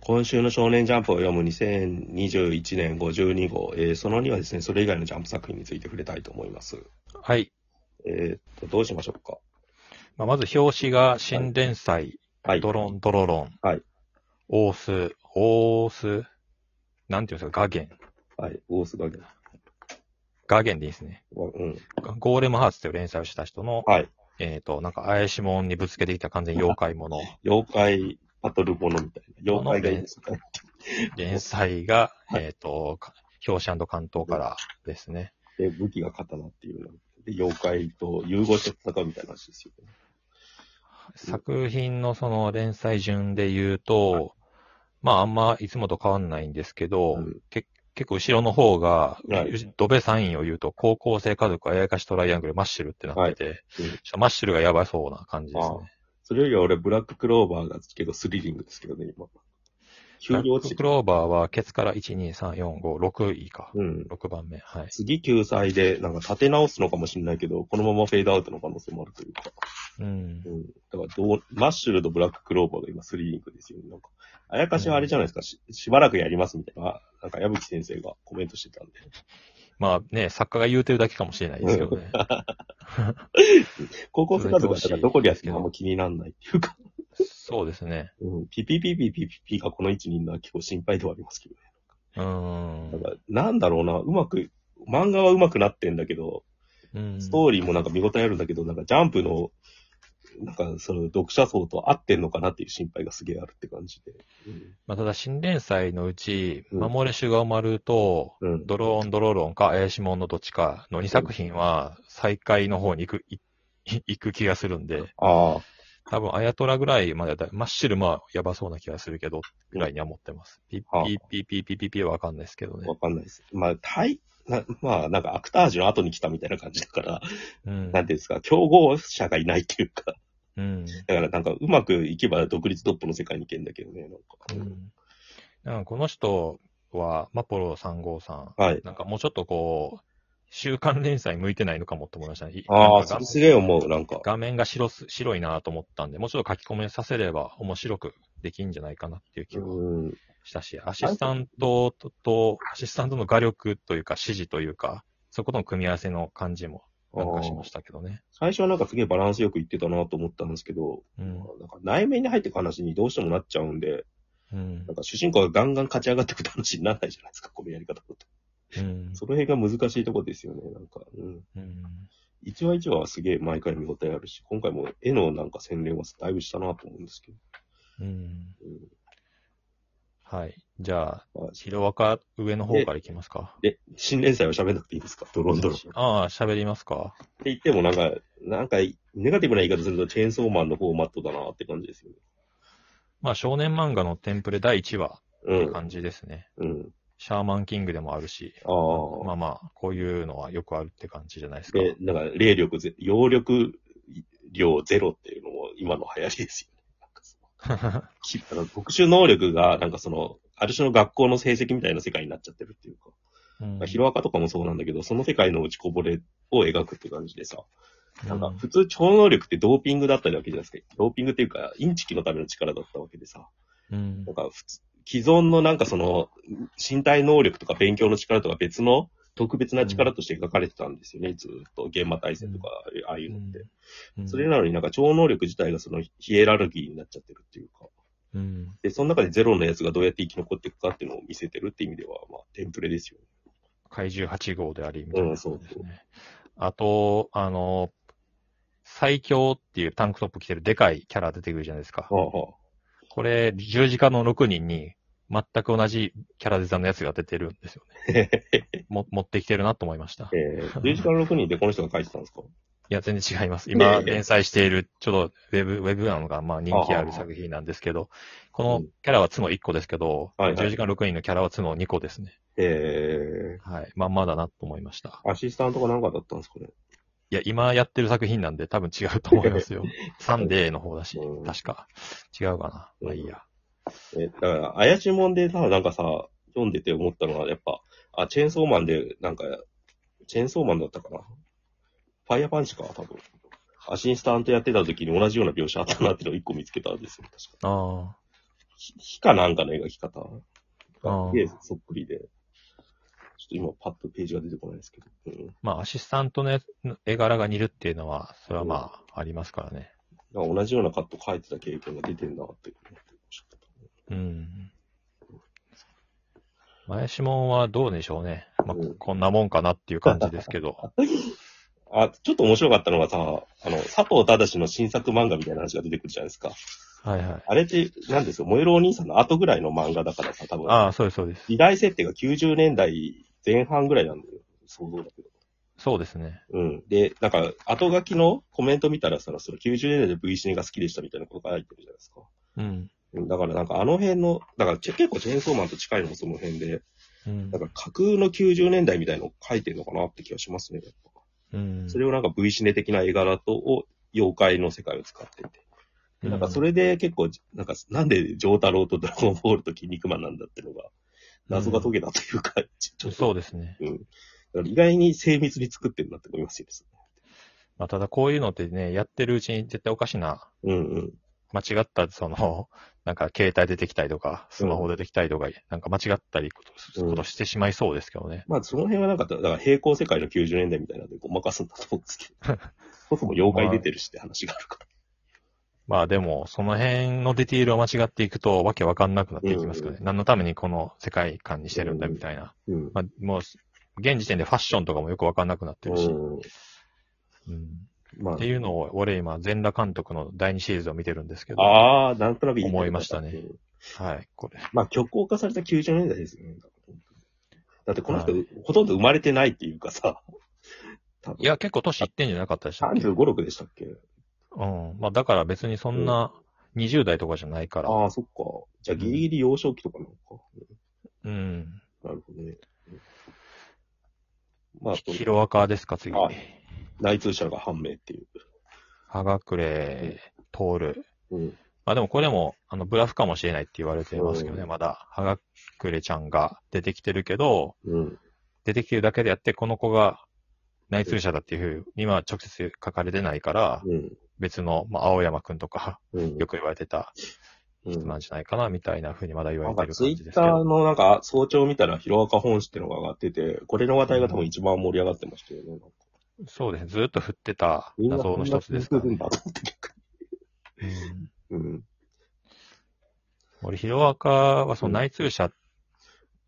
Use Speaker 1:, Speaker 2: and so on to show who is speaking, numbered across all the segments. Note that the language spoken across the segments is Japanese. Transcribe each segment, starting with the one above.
Speaker 1: 今週の少年ジャンプを読む2021年52号、えーその2はですね、それ以外のジャンプ作品について触れたいと思います。
Speaker 2: はい。
Speaker 1: えーっと、どうしましょうか。
Speaker 2: まあ、まず表紙が新連載、
Speaker 1: はい。
Speaker 2: ドロンドロロン、
Speaker 1: はい。
Speaker 2: オース、オース、なんていうんですか、ガゲン。
Speaker 1: はい。オースガゲン。
Speaker 2: ガゲンでいいですね。
Speaker 1: わうん。
Speaker 2: ゴーレムハーツという連載をした人の、
Speaker 1: はい。
Speaker 2: えっ、と、なんか怪しもんにぶつけてきた完全妖怪もの
Speaker 1: 妖怪バトルものみたいな。妖怪がいいんですかね。
Speaker 2: 連載が、
Speaker 1: はい
Speaker 2: えっ、と、か表紙関東からですね。
Speaker 1: で、武器が刀っていうの。で、妖怪と融合して戦うみたいな話ですよね。
Speaker 2: 作品のその連載順で言うと、まああんまいつもと変わんないんですけど、
Speaker 1: うん
Speaker 2: け結構後ろの方が、
Speaker 1: はい
Speaker 2: ドベサインを言うと、高校生家族あやかしトライアングルマッシュルってなってて、
Speaker 1: うん
Speaker 2: ちょっとマッシュルがやばそうな感じですね。
Speaker 1: それよりは俺、ブラッククローバーが結構スリリングですけどね、今。
Speaker 2: ブ
Speaker 1: 急
Speaker 2: ラ
Speaker 1: に
Speaker 2: ッ
Speaker 1: 落
Speaker 2: ク
Speaker 1: ち
Speaker 2: ク
Speaker 1: て。
Speaker 2: ローバーはケツから1、2、3、4、5、6位か。
Speaker 1: うん。
Speaker 2: 6番目。はい。
Speaker 1: 次救済で、なんか立て直すのかもしれないけど、このままフェードアウトの可能性もあるというか。
Speaker 2: うん
Speaker 1: う。ん。だからどう、マッシュルとブラッククローバーが今スリリングですよね。なんか、あやかしはあれじゃないですか、ししばらくやりますみたいな、なんか矢吹先生がコメントしてたんで。
Speaker 2: まあね、作家が言うてるだけかもしれないですけ どね。
Speaker 1: 高校生活がだからどこでやってもあんま気にならないっていうか、
Speaker 2: そうですね。
Speaker 1: うん。ピピピピピピピがこの位置にいるのは結構心配ではありますけどね。
Speaker 2: うーん。
Speaker 1: なんか、なんだろうな、うまく、漫画はうまくなってんだけど、
Speaker 2: うん
Speaker 1: ストーリーもなんか見応えあるんだけど、なんかジャンプの、なんかその読者層と合ってんのかなっていう心配がすげえあるって感じで。
Speaker 2: まあ、ただ新連載のうち、
Speaker 1: うん
Speaker 2: 守れシュガーマルと、
Speaker 1: うん。うん、
Speaker 2: ドローンドローロンか、怪しもんのどっちかの2作品は、再開の方に行く、い 行く気がするんで、
Speaker 1: ああ。
Speaker 2: 多分、あやとらぐらいまでだ、マッシュルまあ、やばそうな気がするけど、ぐらいには思ってます。ピッ
Speaker 1: はあ
Speaker 2: ピッピッピッピッピッピはわかんないですけどね
Speaker 1: わ。かんないです。まあ、対、なまあ、なんかアクタージュの後に来たみたいな感じだから、
Speaker 2: う
Speaker 1: なん
Speaker 2: ん。
Speaker 1: ていうんですか、競合者がいないっていうか、
Speaker 2: うん。
Speaker 1: だからなんかうまくいけば独立トップの世界に行けんだけどね、なんか。
Speaker 2: うん。なんかこの人は、マポロ3号さん、
Speaker 1: はい。
Speaker 2: なんかもうちょっとこう、週刊連載向いてないのかもって思いましたね。
Speaker 1: あ
Speaker 2: なん
Speaker 1: あ、
Speaker 2: か
Speaker 1: それすげえ思う、なんか。
Speaker 2: 画面が白す白いなと思ったんで、もうちょっと書き込めさせれば面白くできんじゃないかなっていう気
Speaker 1: う
Speaker 2: も
Speaker 1: ん。
Speaker 2: したし、アシスタントとと、アシスタントの画力というか指示というか、そういうことの組み合わせの感じもなんかしましたけどね。
Speaker 1: 最初はなんかすげえバランスよくいってたなと思ったんですけど、
Speaker 2: うん。
Speaker 1: なんか内面に入ってく話にどうしてもなっちゃうんで、
Speaker 2: うん
Speaker 1: なん。か主人公がガンガン勝ち上がってくる話にならないじゃないですか、このやり方だと。
Speaker 2: うん。
Speaker 1: その辺が難しいとこですよね、なんか。うん。
Speaker 2: うん
Speaker 1: 一話一話はすげえ毎回見応えあるし、今回も絵のなんか洗練はだいぶしたなと思うんですけど。
Speaker 2: うん
Speaker 1: うん
Speaker 2: はい。じゃあ、
Speaker 1: まあ、
Speaker 2: ヒロアカ上の方からいきますか。
Speaker 1: で、新連載は喋んなくていいですかドロンドロン。って
Speaker 2: ああ、喋りますか。
Speaker 1: 言ってもなんか、なんか、ネガティブな言い方するとチェーンソーマンのフォーマットだなって感じですよね。
Speaker 2: まあ、少年漫画のテンプレ第1話って感じですね。
Speaker 1: うん。うん。
Speaker 2: シャーマンキングでもあるし。
Speaker 1: ああ。
Speaker 2: まあまあ、こういうのはよくあるって感じじゃないですか。
Speaker 1: で、なんか、霊力ゼ、揚力量ゼロっていうのも今の流行りですよね。なんかそのきあの特殊能力が、なんかその、ある種の学校の成績みたいな世界になっちゃってるっていうか、
Speaker 2: うん
Speaker 1: まあ、ヒロアカとかもそうなんだけど、その世界の落ちこぼれを描くって感じでさ、なんか
Speaker 2: うん
Speaker 1: 普通超能力ってドーピングだったりわけじゃないですか。ドーピングっていうか、インチキのための力だったわけでさ、
Speaker 2: うん
Speaker 1: なんか普通、既存のなんかその、身体能力とか勉強の力とか別の特別な力として描かれてたんですよね、ずーっと。現場対戦とか、ああいうのって。
Speaker 2: うん
Speaker 1: それなのになんか超能力自体がそのヒエラルギーになっちゃってるっていうか。
Speaker 2: うん
Speaker 1: で、その中でゼロのやつがどうやって生き残っていくかっていうのを見せてるって意味では、まあ、テンプレですよね。
Speaker 2: 怪獣8号であり、みたいな、
Speaker 1: うんそうそう
Speaker 2: あと、あの、最強っていうタンクトップ着てるでかいキャラ出てくるじゃないですか。
Speaker 1: はあは
Speaker 2: これ、十字架の6人に、全く同じキャラデザのやつが出てるんですよ ね。も持ってきてるなと思いました
Speaker 1: あ。。えー、10時から6人でこの人が書いてたんですか
Speaker 2: いや、全然違います。
Speaker 1: ね
Speaker 2: 今、
Speaker 1: え
Speaker 2: 連載している、ちょっと、ウェブ、ウェブなのが、まあ、人気ある作品なんですけど、このキャラは角1個ですけど、
Speaker 1: はいはい
Speaker 2: 10時間6人のキャラは角2個ですね。
Speaker 1: え
Speaker 2: はい。まんまだなと思いました。
Speaker 1: ー、アシスタントかなんかだったんですかね。
Speaker 2: いや、今やってる作品なんで多分違うと思いますよ。サンデーの方だし
Speaker 1: うん、
Speaker 2: 確か。違うかな。まあいいや。
Speaker 1: えーだから、怪しいもんでさ、なんかさ、読んでて思ったのは、やっぱ、あ、チェーンソーマンで、なんか、チェーンソーマンだったかな。ファイヤーパンチか、多分。アシスタントやってた時に同じような描写あったなっていうのを一個見つけたんですよ、確か。
Speaker 2: ああ。
Speaker 1: ひ火かなんかの描き方
Speaker 2: あ
Speaker 1: が
Speaker 2: ー
Speaker 1: すげえそっくりで、ちょっと今パッとページが出てこないですけど、うん
Speaker 2: まあ、アシスタントのやつ絵柄が似るっていうのは、それはまあ、ありますからね。
Speaker 1: だから同じようなカット書いてた経験が出てんなって思ってましたけど
Speaker 2: うん。前下はどうでしょうね。まあ
Speaker 1: うん、
Speaker 2: こんなもんかなっていう感じですけど。
Speaker 1: あ、ちょっと面白かったのがさ、あの、佐藤忠の新作漫画みたいな話が出てくるじゃないですか。
Speaker 2: はいはい。
Speaker 1: あれって、なんですよ、燃えるお兄さんの後ぐらいの漫画だからさ、多分。
Speaker 2: ああ、そうです、そうです。
Speaker 1: 時代設定が90年代前半ぐらいなんだよ。想像だけど。
Speaker 2: そうですね。
Speaker 1: うん。で、なんか、後書きのコメント見たらさ、その90年代で V シネが好きでしたみたいなことが書いてるじゃないですか。
Speaker 2: うん。
Speaker 1: うんだからなんかあの辺の、だからち結構チェーンソーマンと近いのもその辺で、
Speaker 2: うん
Speaker 1: なんか架空の90年代みたいのを書いてるのかなって気がしますね。やっぱ
Speaker 2: うん。
Speaker 1: それをなんか V シネ的な絵柄と、を妖怪の世界を使ってて。
Speaker 2: う
Speaker 1: なんかそれで結構、なんか、なんでジョータロウとドラゴンボールと筋肉マンなんだってのが、謎が解けたというか、ちょっと、
Speaker 2: そうですね。
Speaker 1: うん。だから意外に精密に作ってるなって思いますよね。
Speaker 2: まあ、ただこういうのってね、やってるうちに絶対おかしな、
Speaker 1: うんうん。
Speaker 2: 間違った、その、 なんか携帯出てきたりとか、スマホ出てきたりとか、なんか間違ったりこと、
Speaker 1: うん
Speaker 2: ことしてしまいそうですけどね。
Speaker 1: まあその辺はなんか、だから平行世界の90年代みたいなのでごまかすんだと思うんですけ ど。そもそも妖怪出てるしって話があるか
Speaker 2: まあでも、その辺のディティールを間違っていくと、わけわかんなくなっていきますけどね。何のためにこの世界観にしてるんだみたいな。
Speaker 1: ら。うん。
Speaker 2: まあ、もう、現時点でファッションとかもよくわかんなくなってるし。うん
Speaker 1: ま
Speaker 2: っていうのを、俺今、全裸監督の第2シリーズを見てるんですけど、
Speaker 1: あ、
Speaker 2: は
Speaker 1: ああ、なんとなく言ってる
Speaker 2: 思いましたね
Speaker 1: うん
Speaker 2: い、これ。
Speaker 1: まあ、虚構化された90年代ですよね。だってこの人、
Speaker 2: は
Speaker 1: ほとんど生まれてないっていうかさ、多分
Speaker 2: いや、結構年いってんじゃなかったでしたっけ
Speaker 1: 35、6でしたっけ
Speaker 2: うん。まあだから別にそんな20代とかじゃないから。
Speaker 1: ああ、そっか。じゃあ、ギリギリ幼少期とかなのか。
Speaker 2: うん。
Speaker 1: なるほどね。まあ、あと
Speaker 2: ヒロアカですか、次。
Speaker 1: はい内通者が判明っていう。
Speaker 2: はがくれ、通る。
Speaker 1: うん。
Speaker 2: まあでもこれも、あの、ブラフかもしれないって言われてますけどね、
Speaker 1: うん
Speaker 2: まだ。はがくれちゃんが出てきてるけど、
Speaker 1: うん。
Speaker 2: 出てきてるだけであって、この子が内通者だっていうふうには直接書かれてないから、
Speaker 1: うん。
Speaker 2: 別の、まあ、青山くんとか、
Speaker 1: うん。
Speaker 2: よく言われてた
Speaker 1: う
Speaker 2: 人
Speaker 1: ん
Speaker 2: なんじゃないかな、みたいなふうにまだ言わ
Speaker 1: な
Speaker 2: れ
Speaker 1: ん
Speaker 2: て
Speaker 1: か
Speaker 2: る
Speaker 1: ツ
Speaker 2: 感
Speaker 1: イ
Speaker 2: じで
Speaker 1: ッ
Speaker 2: す
Speaker 1: タ
Speaker 2: け
Speaker 1: ー
Speaker 2: ど。
Speaker 1: のなんか早朝見たらヒロアカ本誌ってのが上がってて、これの話題が多分一番盛り上がってましたよね。なんか
Speaker 2: そうですね、ずっと振ってた
Speaker 1: みんな
Speaker 2: 謎の一つですから
Speaker 1: こん
Speaker 2: ね
Speaker 1: な。気にするんだと思って結
Speaker 2: うん
Speaker 1: 構うん。
Speaker 2: 俺、ヒロアカは、その
Speaker 1: うん
Speaker 2: 内通者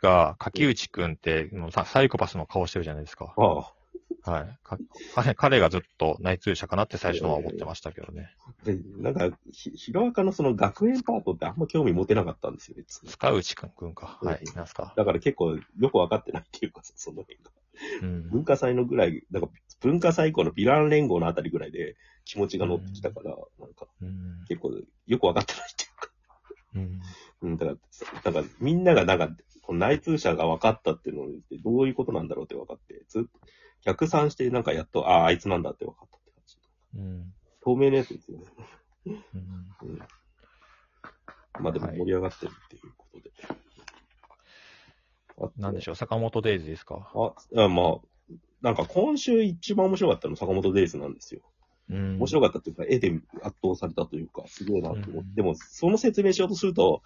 Speaker 2: が、柿内くんって、もうさ、サイコパスの顔してるじゃないですか。
Speaker 1: ああ。
Speaker 2: はい。か彼彼がずっと内通者かなって最初のは思ってましたけどね。
Speaker 1: で、なんか、ひヒロアカのその学園パートってあんま興味持てなかったんですよ、別に
Speaker 2: 塚内くんくんか。
Speaker 1: うん
Speaker 2: はい。なんすか。
Speaker 1: だから結構よくわかってないっていうか、その辺が。
Speaker 2: うん。
Speaker 1: 文化祭のぐらい、なんか文化祭以降のヴィラン連合のあたりぐらいで気持ちが乗ってきたから、なんか
Speaker 2: うん。
Speaker 1: 結構よくわかってないっていう か。
Speaker 2: うん。
Speaker 1: うん、だから、なんかみんながなんか、この内通者が分かったっていうのってどういうことなんだろうって分かって、ずっと逆算してなんかやっと、ああ、あいつなんだって分かったって感じ。
Speaker 2: うん。
Speaker 1: 透明なやつですよね。
Speaker 2: うん
Speaker 1: うん。まあでも
Speaker 2: はい
Speaker 1: 盛り上がってるっていうことで。あと
Speaker 2: なんでしょう、坂本デイズですか。
Speaker 1: あ、あまあ、なんか今週一番面白かったの坂本デイズなんですよ。
Speaker 2: うん。
Speaker 1: 面白かったというか、絵で圧倒されたというか、すごいなと思って。
Speaker 2: うん
Speaker 1: でも、その説明しようとすると、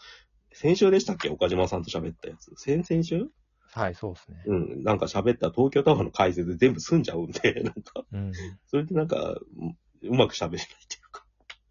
Speaker 1: 先週でしたっけ岡島さんと喋ったやつ。先々週
Speaker 2: はい、そうですね。
Speaker 1: うん。なんか喋った東京タワーの解説で全部済んじゃうんで、 なんか、
Speaker 2: うん。
Speaker 1: それでなんか、うんうまく喋れないっていうか、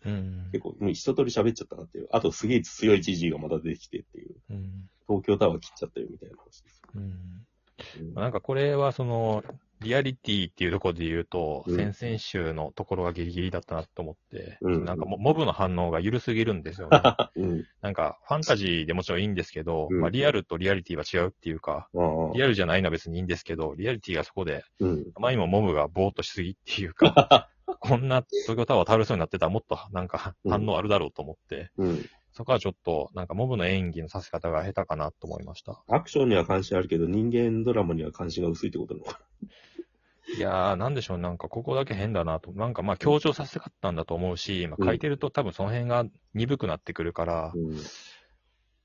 Speaker 2: うん。
Speaker 1: 結構、もう一通り喋っちゃったなっていう。あと、すげえ強い知事がまた出てきてっていう。
Speaker 2: うん。
Speaker 1: 東京タワー切っちゃったよみたいな話です。
Speaker 2: うん。
Speaker 1: うん
Speaker 2: まあなんかこれはその、リアリティっていうところで言うと、
Speaker 1: うん
Speaker 2: 先々週のところがギリギリだったなと思って、
Speaker 1: うん
Speaker 2: なんかもモブの反応が緩すぎるんで すよね。
Speaker 1: うん。
Speaker 2: なんかファンタジーでもちろんいいんですけど、
Speaker 1: うん
Speaker 2: まあリアルとリアリティは違うっていうか、
Speaker 1: ああ
Speaker 2: リアルじゃないのは別にいいんですけど、リアリティがそこで、
Speaker 1: うん。
Speaker 2: あまりにもモブがぼーっとしすぎっていう か、こんな東京タワー倒れそうになってたらもっとなんか
Speaker 1: うん
Speaker 2: 反応あるだろうと思って、
Speaker 1: うん。
Speaker 2: そこはちょっとなんかモブの演技のさせ方が下手かなと思いました。
Speaker 1: アクションには関心あるけど、人間ドラマには関心が薄いってことなのか
Speaker 2: いやー、なんでしょう、なんかここだけ変だなと。なんかまあ強調させたかったんだと思うし、まあ、書いてると多分その辺が鈍くなってくるから、
Speaker 1: な。
Speaker 2: っ
Speaker 1: うん。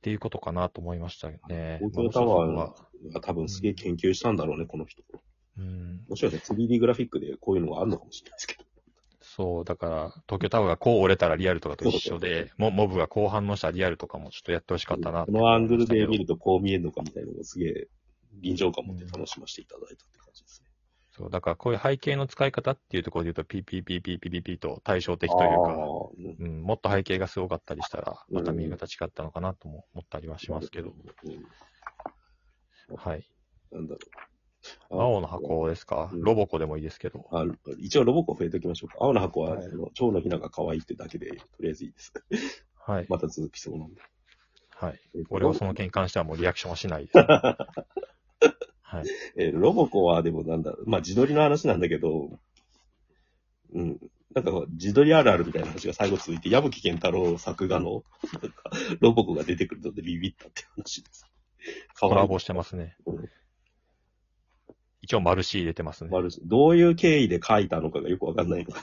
Speaker 2: ていうことかなと思いましたよね。
Speaker 1: 東京タワーは多分すげえ研究したんだろうね、この人。
Speaker 2: うん、
Speaker 1: もしかしたら 3D グラフィックでこういうのがあるのかもしれないですけど。
Speaker 2: そう、だから、東京タワーがこう折れたらリアルとかと一緒で、モモブがこう反応したらリアルとかもちょっとやってほしかったなって
Speaker 1: このアングルで見るとこう見えるのかみたいなのもすげえ臨場感持って楽しませていただいたって感じですね。
Speaker 2: そう、だからこういう背景の使い方っていうところで言うと、ピーピーピーピーピーピーピーと対照的という
Speaker 1: あ
Speaker 2: か、
Speaker 1: ーうん
Speaker 2: うん、もっと背景がすごかったりしたら、
Speaker 1: うん
Speaker 2: また見え方違ったのかなとも思ったりはしますけど。
Speaker 1: うん
Speaker 2: はい。
Speaker 1: なんだろう。あ
Speaker 2: 青の箱ですか、
Speaker 1: うん
Speaker 2: ロボコでもいいですけど。
Speaker 1: あ一応ロボコ増えておきましょうか。青の箱は、
Speaker 2: はい
Speaker 1: あの蝶のひなが可愛いってだけで、とりあえずいいです。
Speaker 2: はい。
Speaker 1: また続きそうなんで。
Speaker 2: はい。
Speaker 1: えっと
Speaker 2: 俺はその件に関してはもうリアクションはし ないです。はい。
Speaker 1: えーロボコはでもなんだ、まあ自撮りの話なんだけど、うん。なんかこう自撮りあるあるみたいな話が最後続いて、矢吹健太郎作画の、なんか、ロボコが出てくるのでビビったって話です。か
Speaker 2: コ
Speaker 1: わ
Speaker 2: ラ
Speaker 1: いい
Speaker 2: ボしてますね
Speaker 1: うん。
Speaker 2: 一応マルシー入れてますね。
Speaker 1: 丸しどういう経緯で書いたのかがよくわかんないのが。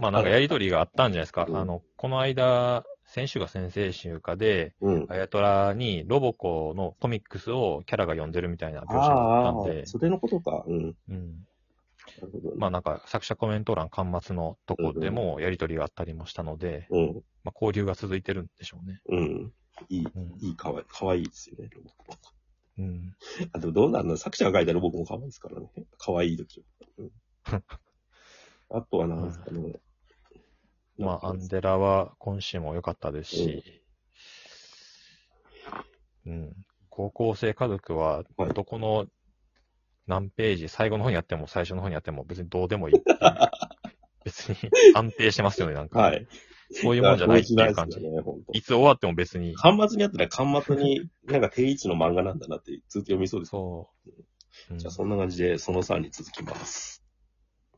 Speaker 2: まあなんかやりとりがあったんじゃないですか。
Speaker 1: うん
Speaker 2: あの、この間、先週が先々週かで、
Speaker 1: うん。
Speaker 2: あやとらにロボコのコミックスをキャラが読んでるみたいな描写が
Speaker 1: あ
Speaker 2: あっ
Speaker 1: あ
Speaker 2: たんで
Speaker 1: ー、、それのことか。うん。
Speaker 2: うん。
Speaker 1: なるほど。
Speaker 2: まあなんか作者コメント欄端末のとこでもやりとりがあったりもしたので、
Speaker 1: うん。
Speaker 2: まあ交流が続いてるんでしょうね。
Speaker 1: うん。いい、
Speaker 2: うん。
Speaker 1: いい、かわいい、かわいいですよね、ロボコ。
Speaker 2: うん、
Speaker 1: あ、でもどうなんだろう作者が書いたロボコも可愛いですからね。可愛い時は。 うん、あとはなんですかね。
Speaker 2: まあアンデラは今週も良かったですし、うん。高校生家族は
Speaker 1: はい
Speaker 2: どこの何ページ、最後の方にやっても最初の方にやっても別にどうで もいいっていう。別に安定してますよね、なんか。
Speaker 1: はい。
Speaker 2: そ
Speaker 1: そ
Speaker 2: ういうもんじゃないっていう感じ。
Speaker 1: ね、本当
Speaker 2: いつ終わっても別に。
Speaker 1: 端末にあったら端末に、なんか定位置の漫画なんだなってずっと読みそうです。
Speaker 2: そう。うん
Speaker 1: じゃあそんな感じで、その3に続きます。